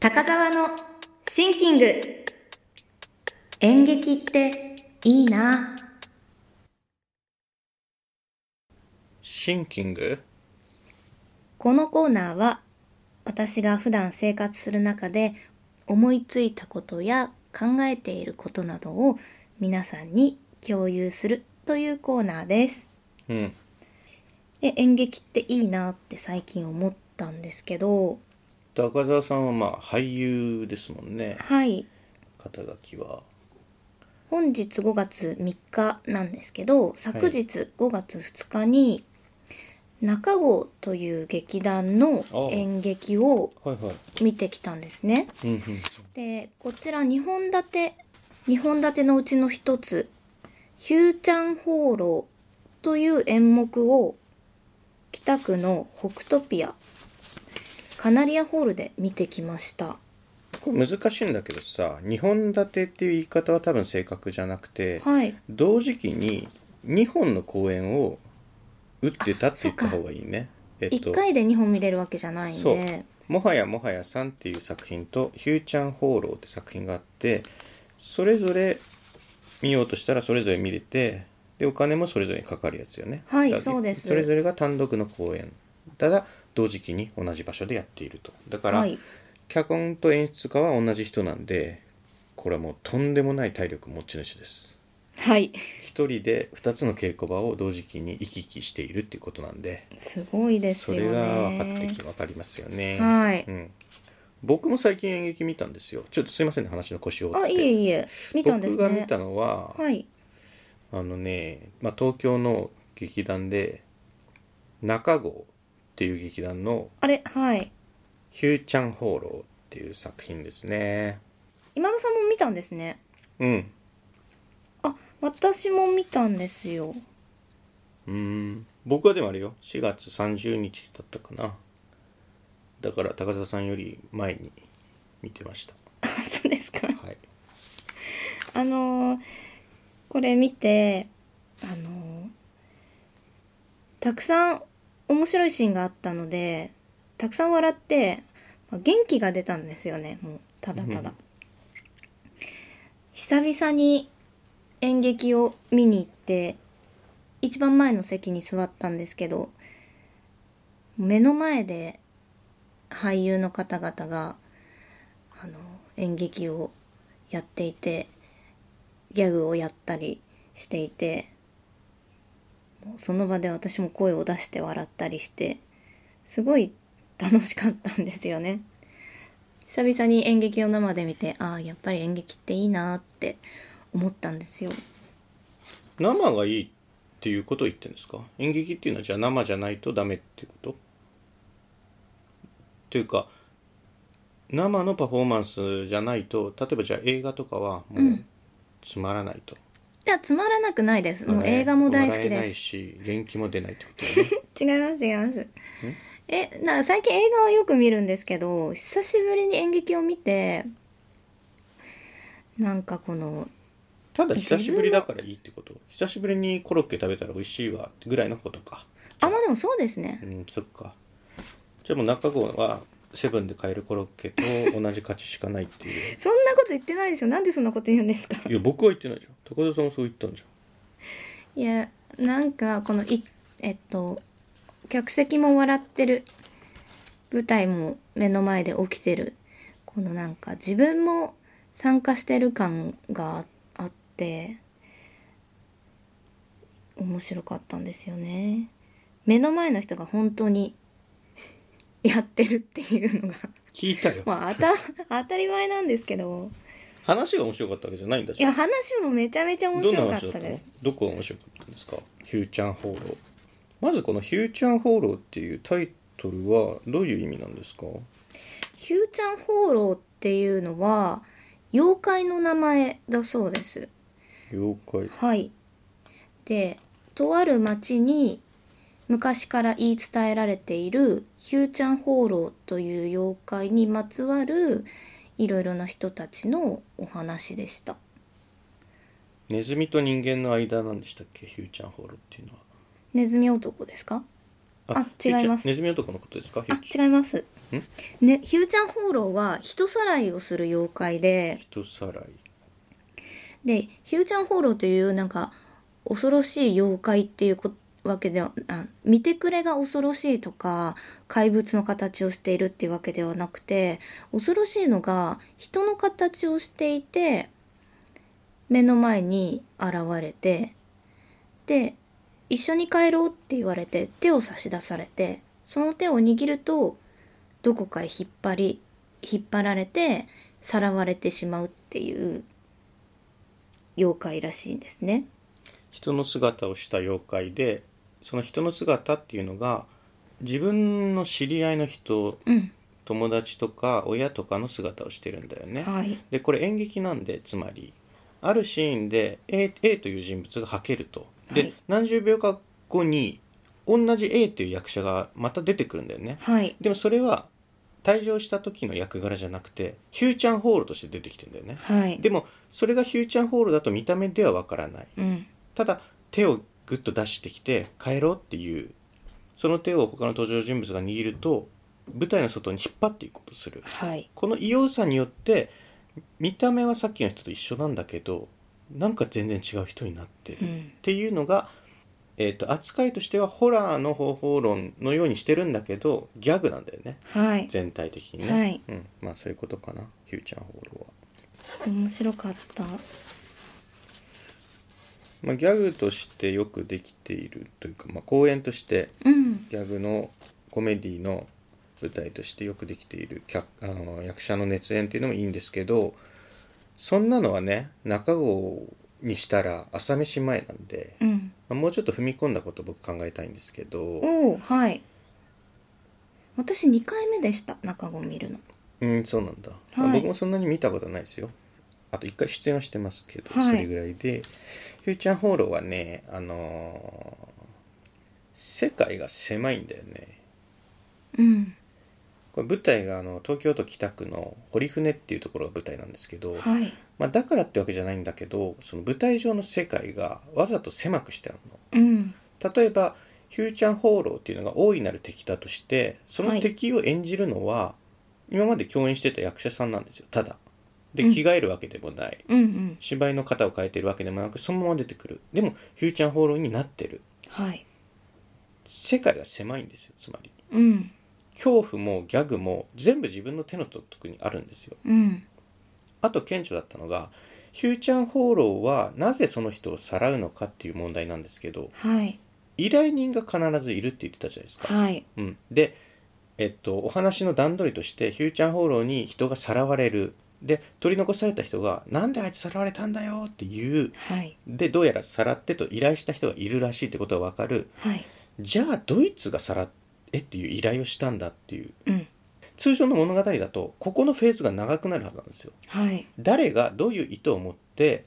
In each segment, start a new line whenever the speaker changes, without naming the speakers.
高沢のシンキング演劇っていいな
シンキング
このコーナーは私が普段生活する中で思いついたことや考えていることなどを皆さんに共有するというコーナーです。
うん。
で演劇っていいなって最近思ったんですけど
高澤さんはまあ俳優ですもんね。
はい
肩書きは。
本日5月3日なんですけど昨日5月2日に中郷という劇団の
ああ
演劇を
はいはい。
見てきたんですね。
うんうん。
でこちら2本立て2本立てのうちの一つ「ヒューちゃん放浪」という演目を北区の北トピアカナリアホールで見てきました。
これ難しいんだけどさ、2本立てっていう言い方は多分正確じゃなくて、
はい、
同時期に2本の公演を打ってたって言った方がいいね。え
1回で2本見れるわけじゃないん
そう
で。
もはやもはやさんっていう作品と、ヒューちゃん放浪って作品があって、それぞれ見ようとしたらそれぞれ見れて、で、お金もそれぞれにかかるやつよね。
はい
だから
そうです
それぞれが単独の公演。ただ、同時期に同じ場所でやっていると。だから、
はい、
脚本と演出家は同じ人なんで、これはもうとんでもない体力持ち主です。
はい、
一人で2つの稽古場を同時期に行き来しているっていうことなんで、
すごいです
そ
よね。
れが分かってき分かりますよね。
はい
うん、僕も最近演劇見たんですよちょっとすいませんね話の腰を折っ
あ、
て
いえいえ、見たんですね。
僕が見たのは、
はい、
あのね、まあ、東京の劇団で中郷っていう劇団の
あれ、はい、
「ヒューちゃん放浪」っていう作品ですね
今田さんも見たんですね。
うん
あ、私も見たんですよ。
うーん僕はでもあれよ4月30日だったかなだから高澤さんより前に見てました
あ、そうですか。
はい
あのーこれ見て、あのーたくさん面白いシーンがあったので、たくさん笑って、まあ元気が出たんですよね、もう、ただただ。
うん
久々に演劇を見に行って、一番前の席に座ったんですけど、目の前で俳優の方々が、あの、演劇をやっていて、ギャグをやったりしていてもうその場で私も声を出して笑ったりしてすごい楽しかったんですよね久々に演劇を生で見てああやっぱり演劇っていいなーって思ったんですよ
生がいいっていうことを言ってるんですか演劇っていうのはじゃあ生じゃないとダメっていうことというか生のパフォーマンスじゃないと例えばじゃあ映画とかはもううつまらないと、
いやつまらなくないですもう
ね
映画も大好き
笑えな
で
い
す
し元気も出ないってことよね
違います違いますえな最近映画はよく見るんですけど久しぶりに演劇を見てなんかこの
ただ久しぶりだからいいってこと久しぶりにコロッケ食べたら美味しいわぐらいのことか
あまあでもそうですね
うんそっかじゃあもう中郷はセブンで買えるコロッケと同じ価値しかないっていう
そんなこと言ってないでしょ。なんでそんなこと言うんですか。
いや僕は言ってないじゃん高田さんはそう言ったんじゃん
いや、なんか、このい、えっと、客席も笑ってる。舞台も目の前で起きてる。このなんか、自分も参加してる感がああって、面白かったんですよね。目の前の人が本当に やってるっていうのが、
聞いたよ
まあ、あた、当たり前なんですけど、
話が面白かったわけじゃないんだ
い
じゃ
や、
ん
話もめちゃめちゃ面
どんな
白かった
話だった
で
の
す。
どこが面白かったんですかヒューちゃん放浪まずこの「ヒューちゃん放浪」っていうタイトルはどういう意味なんですか
ヒューちゃん放浪っていうのは妖怪の名前だそうです。
妖怪
はい。で、とある町に昔から言い伝えられているヒューちゃん放浪という妖怪にまつわるいろいろな人たちのお話でした。
ネズミと人間の間なんでしたっけヒューちゃん放浪っていうのは
ネズミ男ですかあ違います
ヒューちゃんネズミ男のことですかヒュ
あ
ーちゃん
違います
ん
ねヒューちゃん放浪は人さらいをする妖怪で
人さらい
でヒューちゃん放浪というなんか恐ろしい妖怪っていうこわけではあ見てくれが恐ろしいとか怪物の形をしているっていうわけではなくて恐ろしいのが人の形をしていて目の前に現れてで一緒に帰ろうって言われて手を差し出されてその手を握るとどこかへ引っ張り引っ張られてさらわれてしまうっていう妖怪らしいんですね。
人の姿をした妖怪でその人の姿っていうのが自分の知り合いの人
うん、
友達とか親とかの姿をしてるんだよね、
はい、
でこれ演劇なんでつまりあるシーンで A, A という人物がはけるとで、
はい
何十秒か後に同じ A という役者がまた出てくるんだよね
はい、
でもそれは退場した時の役柄じゃなくてヒューチャンホールとして出てきてんだよね
はい。
でもそれがヒューチャンホールだと見た目ではわからない
うん、
ただ手をグッと出してきて帰ろうっていうその手を他の登場人物が握ると舞台の外に引っ張っていこうとする
はい、
この異様さによって見た目はさっきの人と一緒なんだけどなんか全然違う人になってる、
う
っ
ん、
ていうのが、えー、と扱いとしてはホラーの方法論のようにしてるんだけどギャグなんだよね
はい。
全体的にね、
はい
うん、まあそういうことかなヒューちゃんホールは。
面白かった。
まあ、ギャグとしてよくできているというか、まあ、公演として
うん、
ギャグのコメディの舞台としてよくできている客あの役者の熱演っていうのもいいんですけどそんなのはね中郷にしたら朝飯前なんで、
うん。
まあもうちょっと踏み込んだこと僕考えたいんですけど、
おお、はい。私二回目でした。中子見るの。
うんそうなんだ、まあ
はい
僕もそんなに見たことないですよあと一回出演はしてますけど、
はい
それぐらいでフューチャーホールはねあのー世界が狭いんだよね
うん、
これ舞台があの東京都北区の堀船っていうところが舞台なんですけど、
はい。
まあ、だからってわけじゃないんだけどその舞台上の世界がわざと狭くしてある
うん、
の例えばヒューチャン・ホーローっていうのが大いなる敵だとしてその敵を演じるのは、今まで共演してた役者さんなんですよただで
うん
着替えるわけでもない、
うん、うん、
芝居の型を変えてるわけでもなくそのまま出てくるでもヒューチャン・ホーローになってる
はい。
世界が狭いんですよつまり
うん、
恐怖もギャグも全部自分の手の届くにあるんですよ
うん、
あと顕著だったのがヒューチャン・ホーローはなぜその人をさらうのかっていう問題なんですけど
はい、
依頼人が必ずいるって言ってたじゃないですか。
はい、
うん、で、えっと、お話の段取りとしてヒューチャン・ホーローに人がさらわれるで取り残された人が「なんであいつさらわれたんだよ」って言う
はい、
でどうやらさらってと依頼した人がいるらしいってことが分かる
はい。
じゃあドイツがさらえっていう依頼をしたんだっていう
うん、
通常の物語だとここのフェーズが長くなるはずなんですよ。
はい、
誰がどういう意図を持って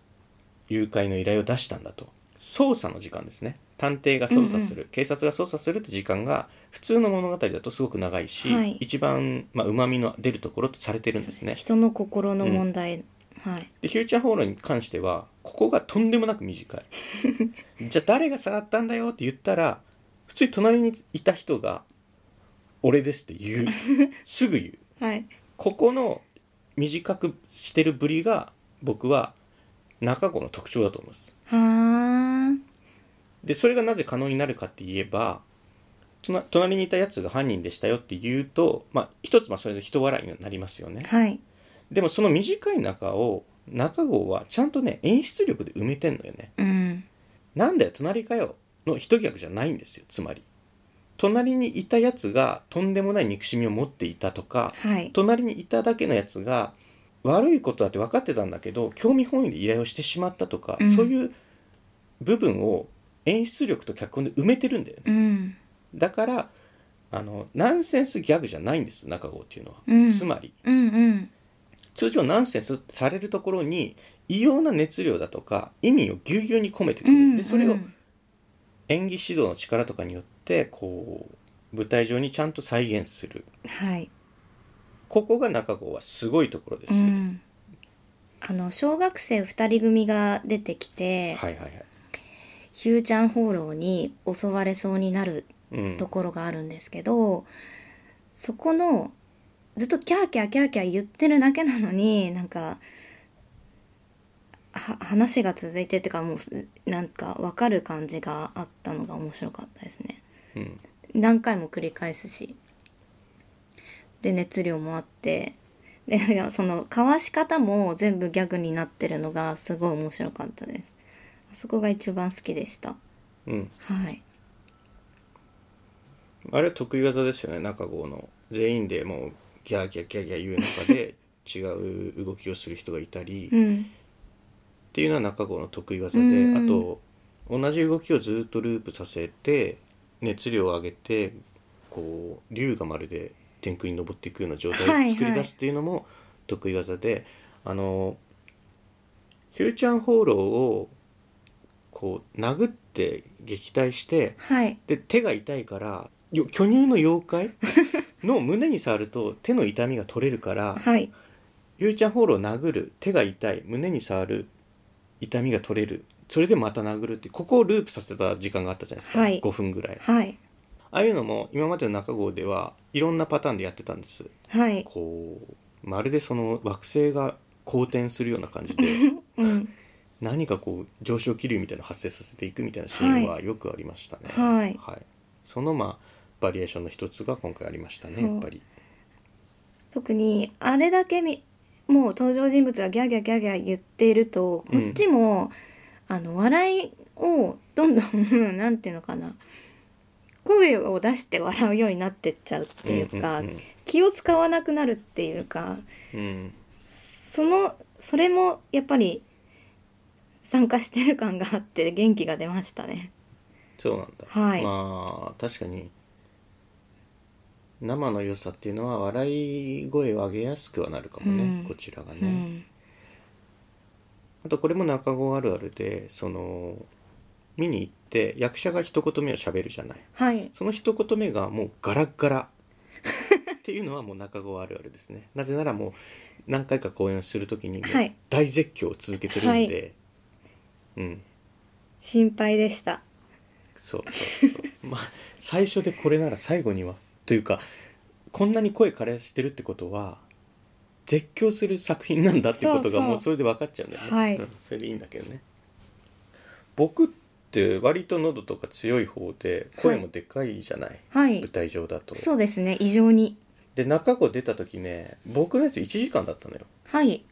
誘拐の依頼を出したんだと捜査の時間ですね探偵が捜査する、警察が捜査するって時間が普通の物語だとすごく長いし、
はい
一番うまあ、旨味の出るところとされてるんですね
人の心の問題。はい。
でフューチャーホールに関してはここがとんでもなく 短いじゃあ誰がさらったんだよって言ったら普通に隣にいた人が「俺です」って 言うすぐ言う
はい。
ここの短くしてるぶりが僕は中子の特徴だと思います
はあ。
でそれがなぜ可能になるかって言えば隣隣にいたやつが犯人でしたよって言うとまあ一つまあそれで人笑いになりますよね
はい。
でもその短い中を中郷はちゃんとね演出力で埋めてんのよね
うん。
なんだよ隣かよの一逆じゃないんですよつまり隣にいたやつがとんでもない憎しみを持っていたとか
はい。
隣にいただけのやつが悪いことだって分かってたんだけど興味本位で依頼をしてしまったとか、
うん
そういう部分を演出力と脚本で埋めてるんだよね
うん。
だからあのナンセンスギャグじゃないんです中郷っていうのは、
うん
つまり
うんうん。
通常ナンセンスされるところに異様な熱量だとか意味をぎゅうぎゅうに込めて
う
くる、
ん。
でそれ
う
を
ん
演技指導の力とかによってこう舞台上にちゃんと再現する
はい。
ここが中郷はすごいところです
う
よ、
ん。あの、小学生二人組が出てきて、
はいはいはい
ヒューちゃん放浪に襲われそうになるっ
うん
ところがあるんですけど、そこのずっとキャーキャーキャーキャー言ってるだけなのになんかは話が続いてっていうかもうすなんか分かる感じがあったのが面白かったですね。
うん
何回も繰り返すしで熱量もあってで そのかわし方も全部ギャグになってるのがすごい面白かったですあそこが一番好きでした
うん
はい
あれは得意技ですよね中郷の全員でもうギャーギャーギャーギャー言う 中で違う動きをする人がいたり、
う
っ
ん
ていうのは中郷の得意技で、
うん
あと同じ動きをずっとループさせて熱量を上げてこう竜がまるで天空に昇っていくような状
は
態
い
を作り出すっていうのも得意技で、あのヒューチャンホーローをこう殴って撃退して
はい
で手が痛いからよ巨乳の 妖怪の胸に触ると手の痛みが取れるから
はい
ゆうちゃんホールを殴る手が痛い胸に触る痛みが取れるそれでまた殴るってここをループさせた時間があったじゃないですか、
はい
5分ぐらい
はい
ああいうのも今までの中郷ではいろんなパターンでやってたんです
はい
こうまるでその惑星が好転するような感じで
うん
何かこう上昇気流みたいなのを発生させていくみたいなシーンはよくありましたね
はい
そのまあバリエーションの一つが今回ありましたね
そう
やっぱり
特にあれだけみもう登場人物がギャーギャーギャーギャー言っているとこっちも、あの笑いをどんどん なんていうのかな声を出して笑うようになってっちゃうっていうか、
んん
気を使わなくなるっていうか
うんうん
そのそれもやっぱり参加してる感があって元気が出ましたね。
そうなんだ、
はい
まあ確かに生の良さっていうのは笑い声を上げやすくはなるかもね、
うん
こちらがね、
うん、
あとこれも中郷あるあるでその見に行って役者が一言目を喋るじゃない
はい
その一言目がもうガラッガラ っていうのはもう中郷あるあるですねなぜならもう何回か公演をするときにもう
はい
大絶叫を続けてるんで、うん
心配でした。
そうそう そうまあ最初でこれなら最後にはというかこんなに声枯れしてるってことは絶叫する作品なんだってこと
そうそ
が
う
もうそれで分かっちゃうんだよね
はい
うん、それでいいんだけどね僕って割と喉とか強い方で声もでかいじゃない、
はい
舞台上だと
そうですね異常に
で中子出た時ね僕のやつ1時間だったのよ
はい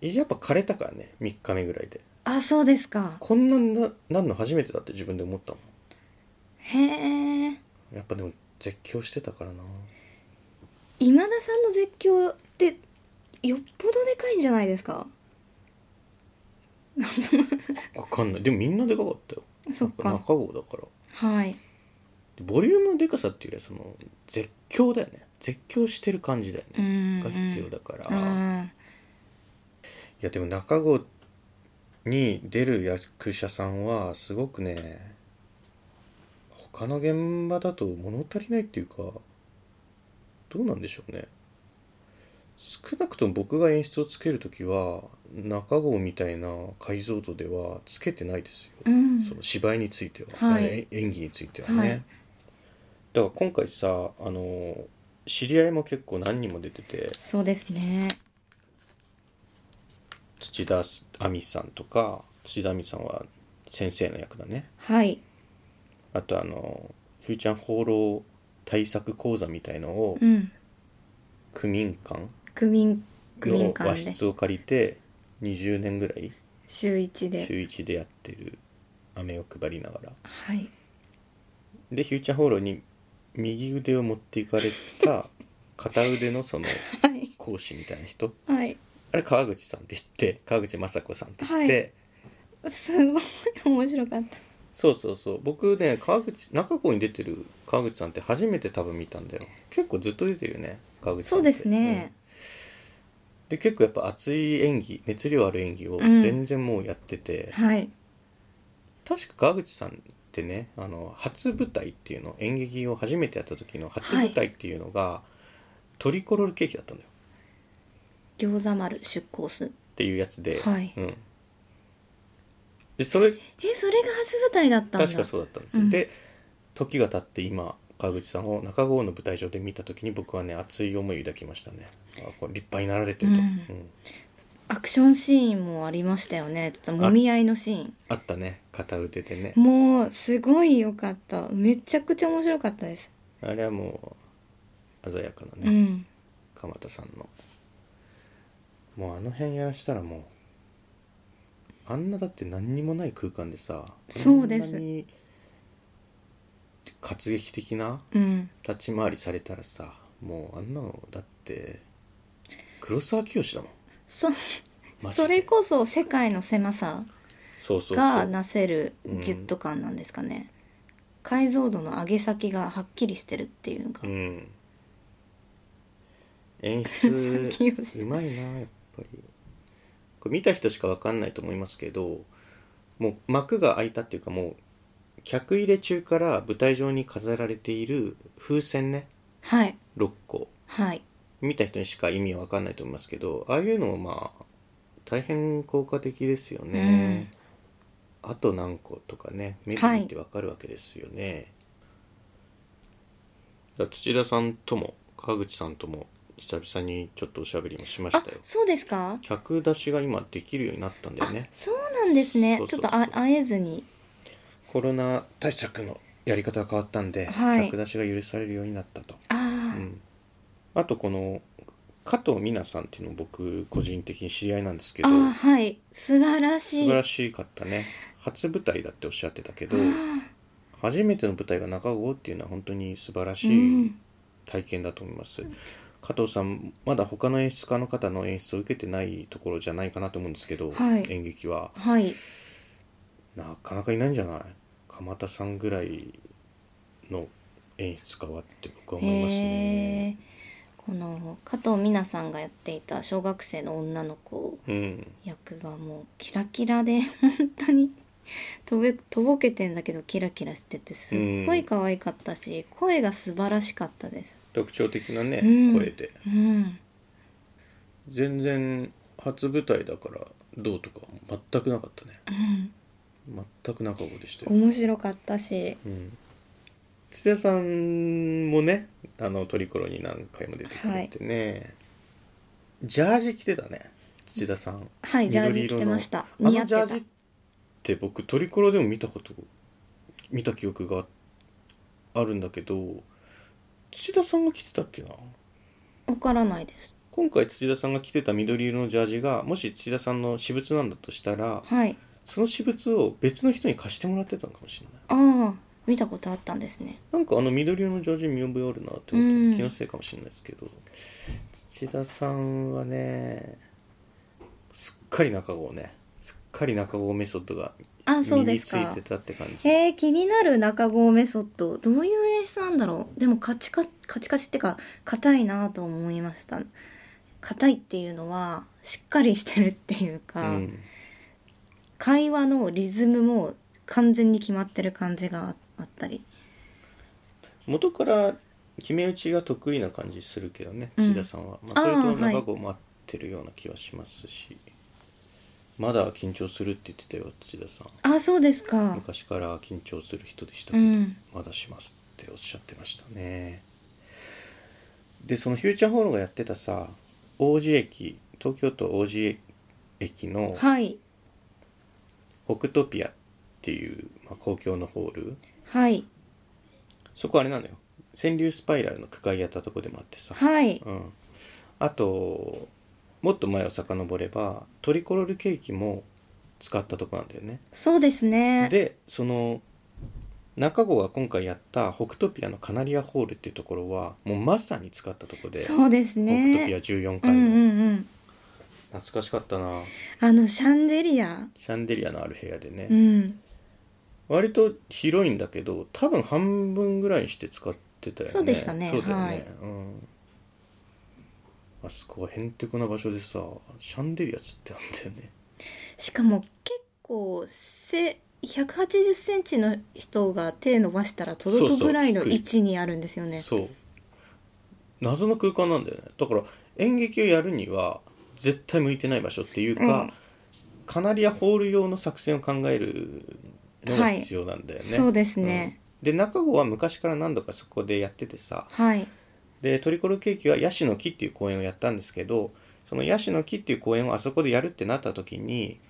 やっぱ枯れたからね3日目ぐらいで
あそうですか
こんなんななんの初めてだって自分で思ったも
へえ
んやっぱでも絶叫してたからな
今田さんの絶叫ってよっぽどでかいんじゃないですか
わかんないでもみんなでかかったよ
そっか
中郷だから
はい
でボリュームのでかさっていうよりはその絶叫だよね絶叫してる感じだよ
うん
ねが必要だから、い
あ
やでも中郷に出る役者さんはすごくね他の現場だと物足りないっていうかどうなんでしょうね少なくとも僕が演出をつける時は中郷みたいな解像度ではつけてないですよ
ーうん
その芝居については、
はい
え演技についてはね、
はい
だから今回さあの知り合いも結構何人も出てて
そうですね
土田亜美さんとか土田亜美さんは先生の役だね
はい
あとあのフューチャン放浪対策講座みたいのを
うん
区民館
区民区民
の
館
和
で
室を借りて20年ぐらい
週一
週
で
1でやってる飴を配りながら
はい
でフューチャン放浪に右腕を持っていかれ た片腕のその
はい
講師みたいな人
はい
あれ川口さんって言って川口雅子さんって言って、
はすごい面白かっ
そうそうそう僕ね川口中子に出てる川口さんって初めて多分見たんだよ結構ずっと出てるよね川
た
口さ
そ
ん
う
って
ですね、
うんで結構やっぱ熱い演技熱量ある演技を
うん
全然もうやってて、
はい
確か川口さんってねあの初舞台っていうの演劇を初めてやった時の初舞台っていうのが、トリコロールケーキだったんだよ
餃子丸出向す
っていうやつで、
はい
うん、でそれ
えそれが初舞台だったんだ
確かそうだったんですよ、
うん
で時が経って今川口さんを中郷の舞台上で見た時に僕はね熱い思いを抱きましたねあこれ立派になられてると、
うん
うん
アクションシーンもありましたよねちょっと揉み合いのシーン
あったね片腕でね
もうすごい良かっためちゃくちゃ面白かったです、
あれはもう鮮やかな
う
ね、
ん
鎌田さんのもうあの辺やらしたらもうあんなだって何にもない空間でさ
そうです
あんなに活劇的な
うん
立ち回りされたらさもうあんなのだって黒沢清だもん
そ
マジで
それこそ世界の狭さ
そうそうそ
が
う
なせる
うん
ギュッと感なんですかね、解像度の上げ先がはっきりしてるっていうか、
うん演出
先をし
うまいなやっぱりこれ見た人しかわかんないと思いますけどもう幕が開いたっていうかもう客入れ中から舞台上に飾られている風船ね
はい
6個
はい
見た人にしか意味わかんないと思いますけどああいうのもまあ大変効果的ですよね、あと何個とかね目で見てわかるわけですよね、だから土田さんとも川口さんとも久々にちょっとおしゃべりもしまし
あ
たよ
そうですか、
客出しが今できるようになったんだよ
あ
ね
そうなんですね
そうそうそう
ちょっとあ会えずに
コロナ対策のやり方が変わったんで、
はい
客出しが許されるようになったと
ああ、
うん、あとこの加藤美奈さんっていうのも僕個人的に知り合いなんですけど
あーはい素晴ら
素
しい
晴らしかったね初舞台だっておっしゃってたけど
あ
初めての舞台が中郷っていうのは本当に素晴ら
ーう
しい
ん、
体験だと思います、加藤さんまだ他の演出家の方の演出を受けてないところじゃないかなと思うんですけど、
はい
演劇は
はい
なかなかいないんじゃない鎌田さんぐらいの演出家はって僕は思います
へ
ね
えこの加藤美奈さんがやっていた小学生の女の子
うん
役がもうキラキラで本当にとぼとぼけてんだけどキラキラしててすっごい可愛かったし、声が素晴らしかったです
特徴的なね、
うん
声で
うん
全然初舞台だからどうとか全くなかったね全く中子でしたよ、
面白かったし
うん、土屋さんもねあのトリコロに何回も出てくれてね、ジャージ着てたね土田さん
はいジャージ着てました
あの
似合って
ジャ
た
ージって僕トリコロでも見たこと見た記憶があるんだけど土田さんが着てたっけな
わからないです
今回土田さんが着てた緑色のジャージがもし土田さんの私物なんだとしたら
はい
その私物を別の人に貸してもらってたのかもしれな
あ
い
あ見たことあったんですね
なんかあの緑色のジャージに見覚えあるなって
う
思っ
ん
て気のせいかもしれないですけど土田さんはねすっかり中郷ねすっかり中郷メソッドが
あそ
身
うで
に
す
つい
か
てたって感じ
へえ気になる中郷メソッドどういう演出なんだろうでもカチカカチカチってか硬いなと思いました硬いっていうのはしっかりしてるっていう
う
か、
ん
会話のリズムも完全に決まってる感じがあったり
元から決め打ちが得意な感じするけどね
うん
土田さんは、まあ、
あ
それ
ー
と長子も合ってるような気はしますし、まだ緊張するって言ってたよ土田さん
あそうですか
昔から緊張する人でしたけ
う
ど、
ん
まだしますっておっしゃってましたねでそのフューチャーホールがやってたさ王子駅東京都王子駅の
はい
北トピアっていう、まあ、公共のホール
はい
そこあれなのよ川柳スパイラルの区会やったとこでもあってさ
はい
うん、あともっと前を遡ればトリコロールケーキも使ったとこなんだよね
そうですね
でその中郷が今回やった北トピアのカナリアホールっていうところはもうまさに使ったとこで、
そうです
北トピア
ね
14
う
階
ん
の、
うんうん
懐かしかったな
あのシャンデリア
シャンデリアのある部屋でね、
うん
割と広いんだけど多分半分ぐらいにして使ってたよね
そうでしたね
そうだよね、
はい
うんあそこはへんてこな場所でさシャンデリアつってあんだよね
しかも結構背180センチの人が手伸ばしたら届くぐらいの
そうそう低い
位置にあるんですよね。
そう謎の空間なんだよねだから演劇をやるには絶対向いてない場所っていうか、
うん
カナリアホール用の作戦を考えるのが必要なんだよね、
そうですね
うんで中郷は昔から何度かそこでやっててさ
はい
でトリコロケーキはヤシの木っていう公演をやったんですけどそのヤシの木っていう公演をあそこでやるってなった時に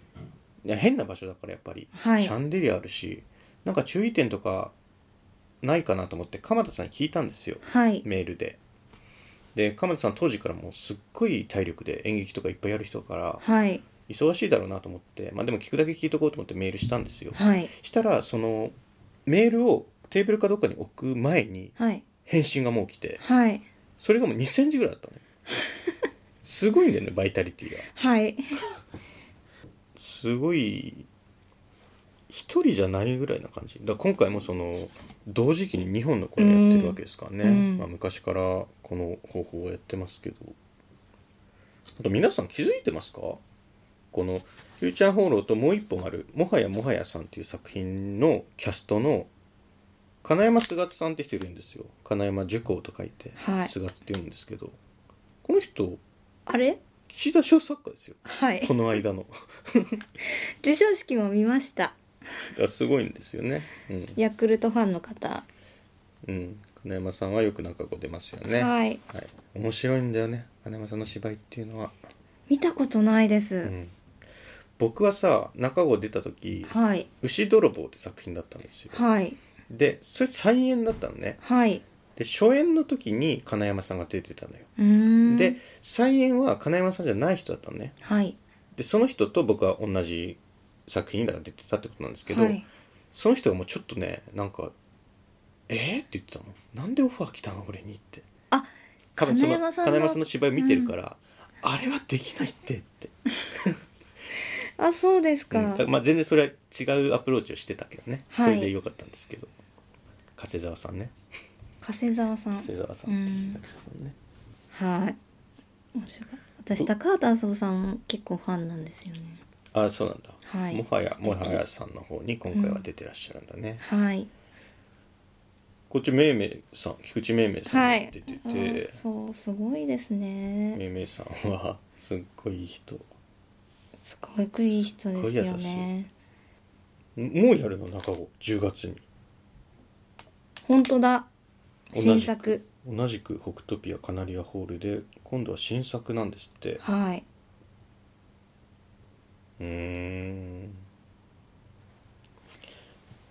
いや変な場所だからやっぱり、
はい
シャンデリアあるしなんか注意点とかないかなと思って鎌田さんに聞いたんですよ
はい
メールで。で鎌田さん当時からもうすっごい体力で演劇とかいっぱいやる人だから
はい
忙しいだろうなと思って、まあ、でも聞くだけ聞いとこうと思ってメールしたんですよ。
はい
したらそのメールをテーブルかどっかに置く前に
はい
返信がもう来て
はい
それがもう2センチぐらいあったのよすごいんだよねバイタリティが
はい
すごい一人じゃないぐらいな感じだから今回もその同時期に2本のこれやってるわけですからね、
うんうん
まあ、昔からこの方法をやってますけどあと皆さん気づいてますかこの「フューチャー放浪」ともう一本ある「もはやもはやさん」っていう作品のキャストの金山菅津さんって人いるんですよ金山樹光と書いて
はい
菅津って言うんですけど、この人
あれ
岸田小作家ですよ
はい
この間の
授賞式も見ました
だからすごいんですよねうん
ヤクルトファンの方、
うん、金山さんはよく中子出ますよね、い
はい
面白いんだよね金山さんの芝居っていうのは、
見たことないで
う
す、
ん、僕はさ中子出た時
はい
「牛泥棒」って作品だったんですよ
はい
でそれ再演だったのね
はい
で初演の時に金山さんが出てたのよ
うーん
で再演は金山さんじゃない人だったのね
はい
でその人と僕は同じ作品にだから出てたってことなんですけど、
はい
その人がもうちょっとねなんか「えっ?」って言ってたもん「なんでオファー来たの俺に」って
あ
多分その
金
金
山
山
さ
さ
ん
ん
の
の芝居見てるから、あれはできないってって、
あそうです
うん
か、
だからまあ、全然それは違うアプローチをしてたけどね、
はい
それでよかったんですけど加瀬沢さんね
加瀬沢さん
加瀬沢さ
うんん
って加瀬さんね
はい面白かった私高畑麻生さん結構ファンなんですよね
あそうなんだ、
はい
もはや
素敵
もはやさんの方に今回は出てらっしゃるんだね、
はい
こっちめいめいさん菊池めいめいさん
は
が
い
出てて、
あそうすごいです
め
ね
いめいさんはすっごいいい人
すごくいい人ですよね
もうやるの中後10月に
本当だ
同じく
新作
同じく北トピアカナリアホールで今度は新作なんですって
はいう
ーん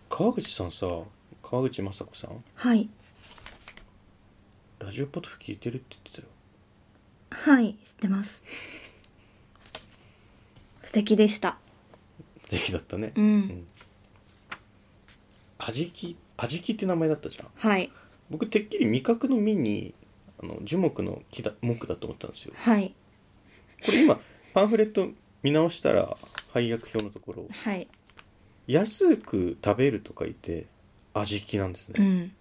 川口さんさ川口雅子さん
はい
ラジオポトフ聞いてるって言ってたよ
はい知ってます素敵でした
素敵だったね
うん
あじきあじきって名前だったじゃん
はい
僕てっきり味覚の実にあの樹木の木だ木だと思ったんですよ
はい
これ今パンフレット見直したら配役表のところ
はい
安く食べると書いて味気なんです
う
ね、
ん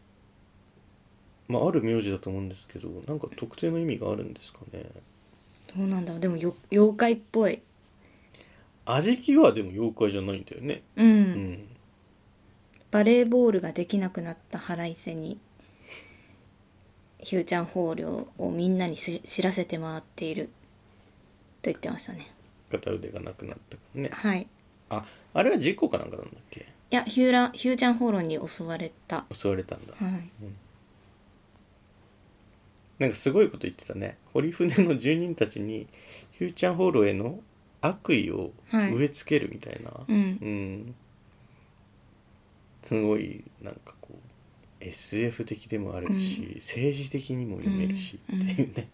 まあある名字だと思うんですけどなんか特定の意味があるんですかね
どうなんだろうでもよ妖怪っぽい
味気はでも妖怪じゃないんだよね
うん、
うん
バレーボールができなくなった腹いせにひゅーちゃん法領をみんなにし知らせて回っていると言ってましたね
片腕がなくなったからね
はい
ああれは事故かなんかなんだっけ
いやひゅーらひゅーちゃん法領に襲われた
襲われたんだ
はい
なんかすごいこと言ってたね堀船の住人たちにヒューちゃんホールへの悪意を
はい
植え付けるみたいな、
うん
うんすごいなんかこう SF 的でもあるし、政治的にも読めるし
うん
っていうね、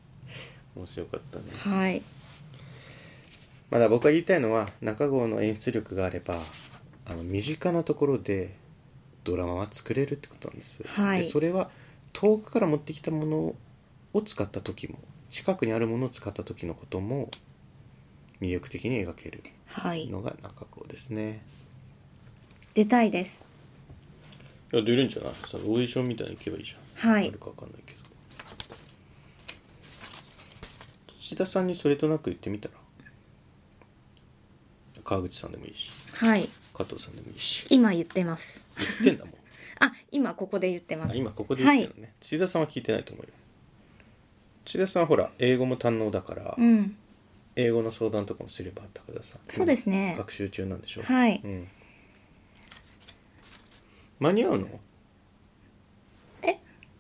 面白かったね、
はい
まだ僕が言いたいのは中郷の演出力があればあの身近なところでドラマは作れるってことなんです、
はい
でそれは遠くから持ってきたものを使った時も近くにあるものを使った時のことも魅力的に描ける
はい
のが中郷ですね
出たいです
いや出るんじゃないそのオーディションみたいに行けばいいじゃん、
はい
あるかわかんないけど土田さんにそれとなく言ってみたら川口さんでもいいし
はい
加藤さんでもいいし
今言ってます
言ってん だもん
あ今ここで言ってま
あ
す
今ここで言ってるのね、土田さんは聞いてないと思うよ土田さんはほら英語も堪能だから、
うん
英語の相談とかもすれば高田さん
そうですね
今学習中なんでしょう
はい
うん、間に合うの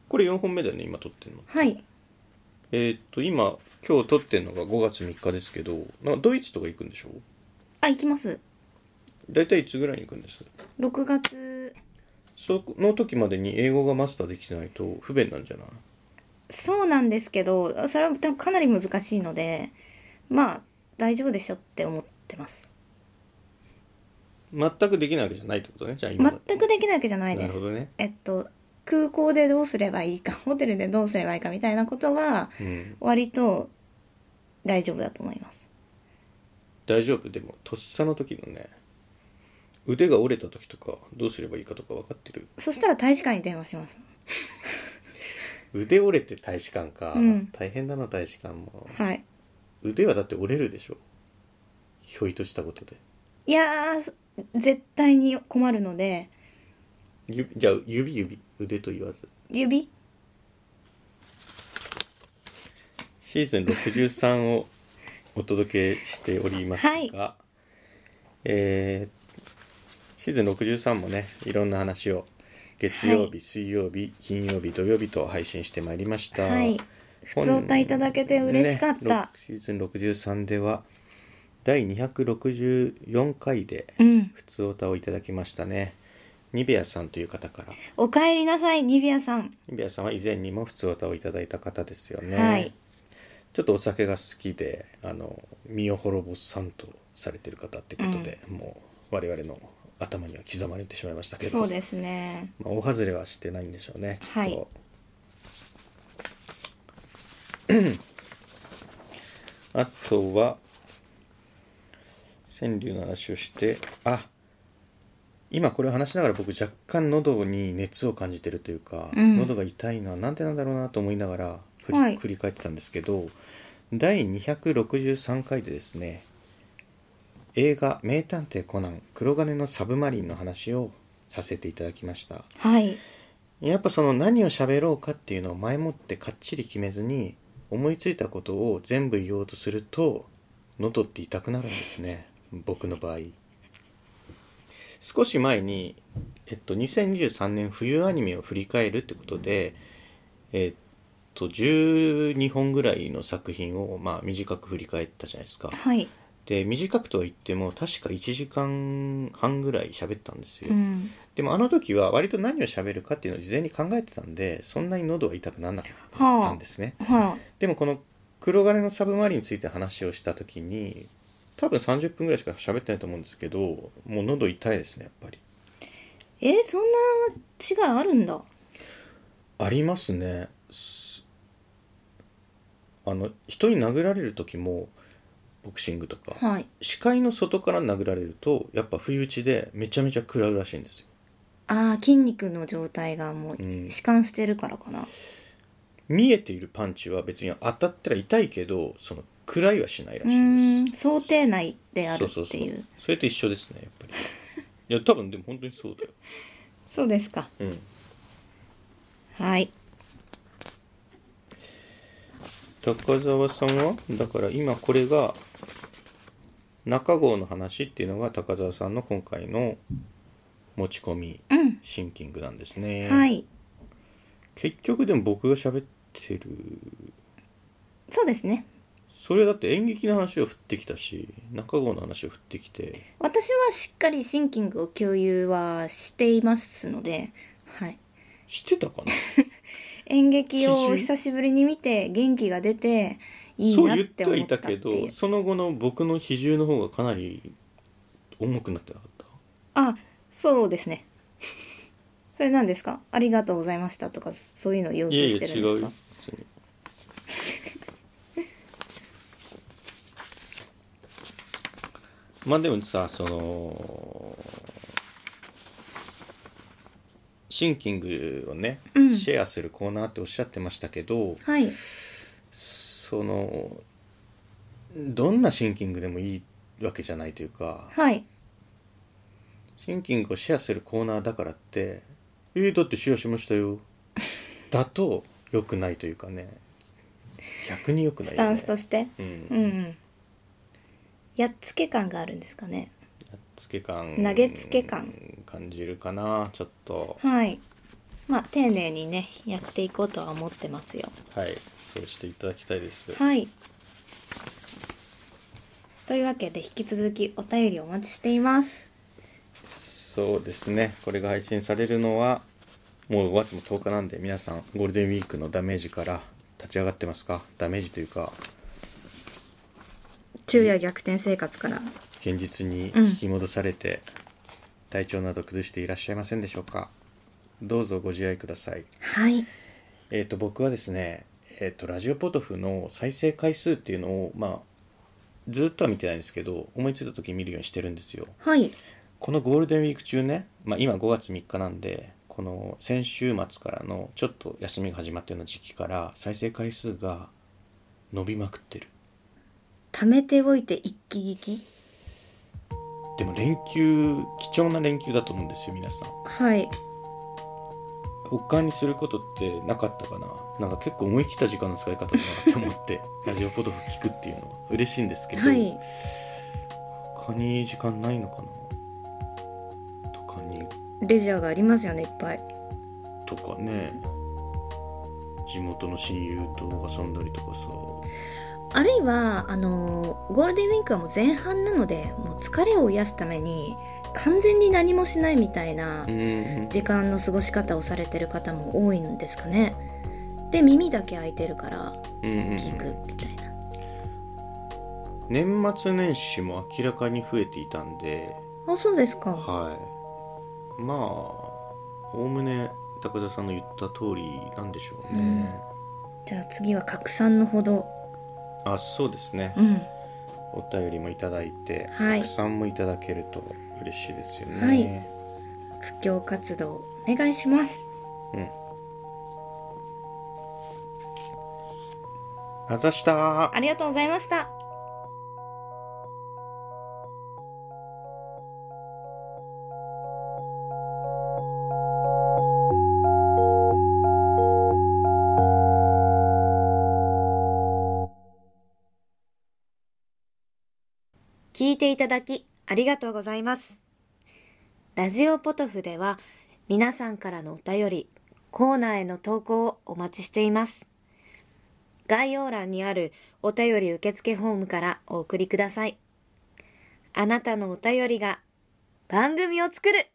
これ4本目だよね今撮ってるの
はい
えーっと今今日撮ってるのが5月3日ですけどなんかドイツとか行くんでしょ
あ行きます
大体いつぐらいに行くんです
6月
その時までに英語がマスターできてないと不便なんじゃない
そうなんですけどそれは多分かなり難しいのでまあ大丈夫でしょって思ってます
全くできないわけじゃないってことねじゃあ今
全
だと
くできないわけじゃない
な
で
る
す
ほどね
えっと空港でどうすればいいか ホテルでどうすればいいかみたいなことは
うん
割と大丈夫だと思います
大丈夫でもとっさの時のね腕が折れた時とかどうすればいいかとか分かってる
そしたら大使館に電話します
腕折れて大使館か、
うん
大変だな大使館も
はい
腕はだって折れるでしょひょいとしたことで
いやー絶対に困るので
ゆじゃあ指指腕と言わず
指
シーズン63をお届けしておりますが、
は
えーシーズン63もねいろんな話を月曜日、
は
水曜日金曜日土曜日と配信してまいりました、
はい普通歌いただけて嬉しかった、
ねろシーズン63では第264回で
うん
普通歌をいただきましたねニベアさんという方から
おかえりなさいニビアさん
ニベアさんは以前にも普通歌をいただいた方ですよね、
はい
ちょっとお酒が好きであの身を滅ぼさんとされてる方ってことで、もう我々の頭には刻まれてしまいましたけど
そうですね
まあ、大外れはしてないんでしょうねきっと、
はい
あとは川柳の話をしてあ今これを話しながら僕若干喉に熱を感じてるというか、
うん
喉が痛いのはなんでなんだろうなと思いながら振り,、
はい
振り返ってたんですけど第263回でですね映画「名探偵コナン黒金のサブマリン」の話をさせていただきました
はい
やっぱその何を喋ろうかっていうのを前もってかっちり決めずに思いついたことを全部言おうとすると喉って痛くなるんですね僕の場合少し前に、えっと、2023年冬アニメを振り返るってことでえっと12本ぐらいの作品を、まあ、短く振り返ったじゃないですか
はい
で短くとは言っても確か1時間半ぐらい喋ったんですよ、
うん
でもあの時は割と何を喋るかっていうのを事前に考えてたんでそんなに喉は痛くならなかったんですね、
は
でもこの黒金のサブマリンについて話をした時に多分30分ぐらいしか喋ってないと思うんですけどもう喉痛いですねやっぱり
あえそんな違いあるんだ
ありますねすあの人に殴られる時もボクシングとか、
はい
視界の外から殴られるとやっぱ不意打ちでめちゃめちゃ食らうらしいんですよ
ああ筋肉の状態がもう
うん
弛緩してるからかな、
見えているパンチは別に当たったら痛いけどその暗いはしないら
う
しい
ー
で
ん想定内ですあるっていう
そ
そう
そうそうそれと一緒ですねやっぱりいや多分でも本当にそ うだよ
ですか
うん
はい
高澤さんはだから今これが中郷の話っていうのが高澤さんの今回の持ち込み
うん
シンキングなんですね、
はい
結局でも僕が喋ってる
そうですね
それだって演劇の話を振ってきたし中郷の話を振ってきて
私はしっかりシンキングを共有はしていますので、はい、
してたかな
演劇を
基準
久しぶりに見て元気が出ていい
そう
なっ
言ってては
思
い
った
た
ってい
け
う
どその後の僕の比重の方がかなり重くなってなかった
あそうですね それ何ですかありがとうございましたとかそういうのを要求
いや
し
い
て
や
る
違
んです
う
か
よ別にまあでもさそのシンキングをね、
うん
シェアするコーナーっておっしゃってましたけど
はい
そのどんなシンキングでもいいわけじゃないというか、
はい
シンキングをシェアするコーナーだからって「えー、だってシェアしましたよ」 だと良くないというかね逆に良くない
ス
よ、ね、
タンスとして
うん
うん、うん、やっつけ感があるんですかね
やっつけ感
投げつけ感
感じるかなちょっと
はいまあ丁寧にねやっていこうとは思ってますよ
はいそうしていただきたいです
はいというわけで引き続きお便りお待ちしています
そうですねこれが配信されるのはもう終わっても10日なんで皆さんゴールデンウィークのダメージから立ち上がってますかダメージというか
昼夜逆転生活から
現実に引き戻されて、体調など崩していらっしゃいませんでしょうかどうぞご自愛ください
はい
えっ、と僕はですねえっ、とラジオポトフの再生回数っていうのをまあずっとは見てないんですけど思いついた時見るようにしてるんですよ
はい
このゴールデンウィーク中ね、まあ、今5月3日なんでこの先週末からのちょっと休みが始まったような時期から再生回数が伸びまくってる
貯めておいて一気聞き
でも連休貴重な連休だと思うんですよ皆さん
はい
他にすることってなかったかななんか結構思い切った時間の使い方だなと思って ラジオポトフ聞くっていうのは嬉しいんですけど、
はい
他に時間ないのかなとかに
レジャーがありますよねいっぱい
とかね地元の親友と遊んだりとかさ
あるいはあのーゴールデンウィークはもう前半なのでもう疲れを癒すために完全に何もしないみたいな
うん
時間の過ごし方をされてる方も多いんですかねで耳だけ開いてるから
うん
聞くみたいな、
年末年始も明らかに増えていたんで
あそうですか
はいまあおおむね高田さんの言った通りなんでしょうね、
じゃあ次は拡散のほど
あそうですね
うん
お便りもいただいて、
はい
たくさんもいただけると嬉しいですよね、
はい布教活動お願いします
あざした
ありがとうございました聞いていただきありがとうございます。ラジオポトフでは皆さんからのお便り、コーナーへの投稿をお待ちしています。概要欄にあるお便り受付フォームからお送りください。あなたのお便りが番組を作る